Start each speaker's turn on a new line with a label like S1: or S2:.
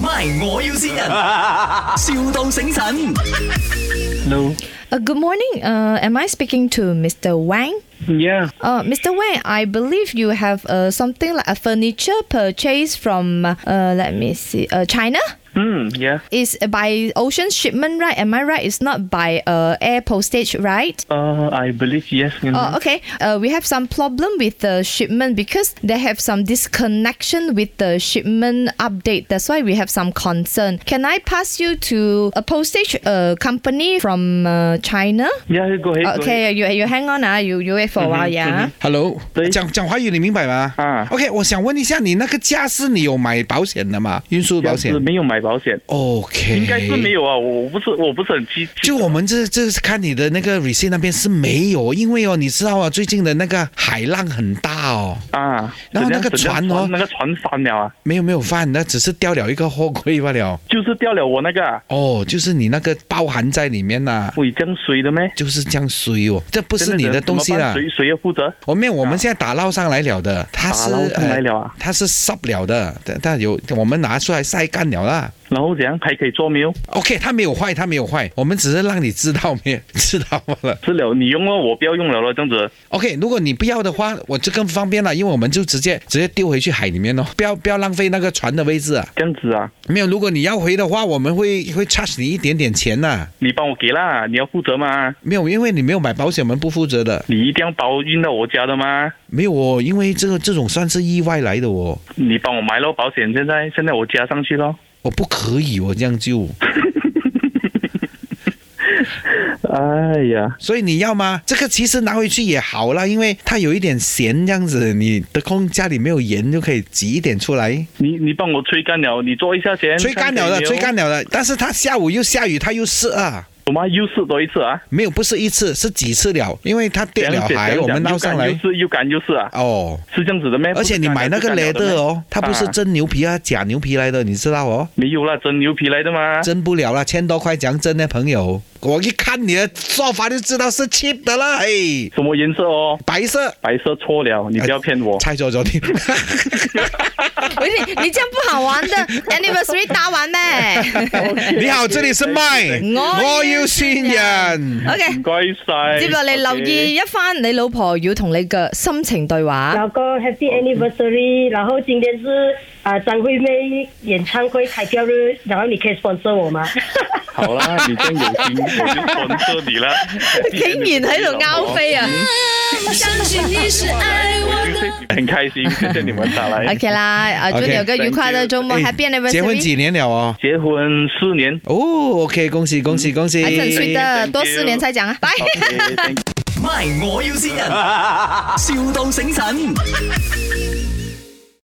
S1: MY，我要先人，,笑到醒神。
S2: No.
S3: Uh, good morning. Uh, am I speaking to Mr. Wang?
S2: Yeah.
S3: Uh, Mr. Wang, I believe you have uh, something like a furniture purchase from, uh, let me see, uh, China?
S2: Hmm. Yeah.
S3: It's by ocean shipment, right? Am I right? It's not by uh, air postage, right?
S2: Uh, I believe yes. you know.
S3: Oh, okay. Uh, we have some problem with the shipment because they have some disconnection with the shipment update. That's why we have some concern. Can I pass you to a postage uh, company from uh, China?
S2: Yeah. you Go ahead. go ahead.
S3: Okay, Ờ, you you hang on 啊，you you wait for a
S2: Ừ
S3: while à. 呀。
S4: Hello，
S2: 对
S4: 讲讲华语你明白吗？
S2: 啊
S4: ，OK，我想问一下，你那个家是你有买保险的吗？运输保险
S2: 是没有买保险，
S4: ？OK，
S2: 应该是没
S4: 有。
S2: 有啊。我我不是我不是很记。
S4: 就我们这这是看你的那个 receipt 那边是没有，因为哦，你知道啊，最近的那个海浪很大哦，
S2: 啊，
S4: 然
S2: 怎样
S4: 后那个
S2: 怎样
S4: 船哦
S2: 那个船翻了啊，
S4: 没有没有翻，那只是掉了一个货柜罢了。
S2: 就是掉了我那个啊。
S4: 哦，就是你那个包含在里面呐、
S2: 喂，这样水的咩？
S4: 就是这样衰哦，这不
S2: 不
S4: 是你的东西啦。
S2: 谁谁要负责？
S4: 我们我们现在打捞上来了的，它是
S2: 打捞上来了啊
S4: 呃它是 sub 了的，但但有我们拿出来晒干了啦。
S2: 然后怎样还可以做没有？
S4: OK，它没有坏，它没有坏，我们只是让你知道没有 知道了。
S2: 是了，你用了，我不要用了了，这样子。
S4: OK，如果你不要的话，我就更方便了，因为我们就直接直接丢回去海里面咯，不要不要浪费那个船的位置啊。
S2: 这样子啊，
S4: 没有，如果你要回的话，我们会会 charge 你一点点钱呐、
S2: 你帮我给啦，你要负责嘛，
S4: 没有，因为你没有买保险，我们不负责的。
S2: 你一定要包运到我家的嘛，
S4: 没有哦，因为这个这种算是意外来的哦，
S2: 你帮我买了保险，现在现在我加上去咯。
S4: 我不可以哦，这样就。
S2: 哎呀，
S4: 所以你要吗？这个其实拿回去也好啦，因为它有一点咸这样子，你得空家里没有盐就可以挤一点出来，
S2: 你你帮我吹干了，你做一下先。
S4: 吹干了的，吹干
S2: 了。
S4: 了的。但是它下午又下雨，它又湿啊，
S2: 我妈又试多一次啊，
S4: 没有不是一次，是几次了，因为它掉了
S2: 讲
S4: 海，
S2: 讲
S4: 我们
S2: 讲
S4: 捞上来
S2: 又干又是又干又是啊，
S4: 哦。
S2: 是这样子的咩？
S4: 而且你买那个
S2: 哎不是
S4: 雷
S2: 干
S4: 的
S2: 了
S4: 哦，它不是
S2: 啊
S4: 真牛皮啊，假牛皮来的，你知道哦，
S2: 没有啦，真牛皮来的嘛。
S4: 真不了啦，千多块讲真的朋友，我一看你的做法就知道是 cheap 的啦，哎，
S2: 什么颜色哦？
S4: 白色，
S2: 白色错
S4: 哎
S2: 了，你不要骗我。
S4: 猜错咗 添。
S3: 不是你这样不好玩的 anniversary 打完咩
S4: 你好，这里是麦，
S3: 我
S4: 我
S3: 要
S4: 要先
S2: 唔
S4: 人。
S3: ？OK，
S2: 该晒。
S3: 接落嚟留意一番你老婆要同你嘅心情對話。
S5: 老公 Happy Anniversary，然后今天是啊、呃张惠妹演唱会开票日，然后你可以 sponsor 我吗？
S2: 好啦，你真有心，我就关注你啦。
S3: 竟然喺度 拗飛啊！
S6: 相信你是爱我的。
S2: 很开心，谢谢你们打 来。
S3: OK ờ, 啦，啊，祝
S4: OK，
S3: 你有個愉快的周末
S4: 哎
S3: ，Happy Anniversary！
S4: 结婚几年了哦？
S2: 结婚四年。
S4: 哦，OK，恭喜恭喜恭喜！
S3: 还是很
S2: 衰
S3: 衰的，
S2: Thank
S3: 多四
S2: you
S3: 年才讲啊，拜。
S2: OK，thank you
S1: MY，我要先人，,笑到醒神。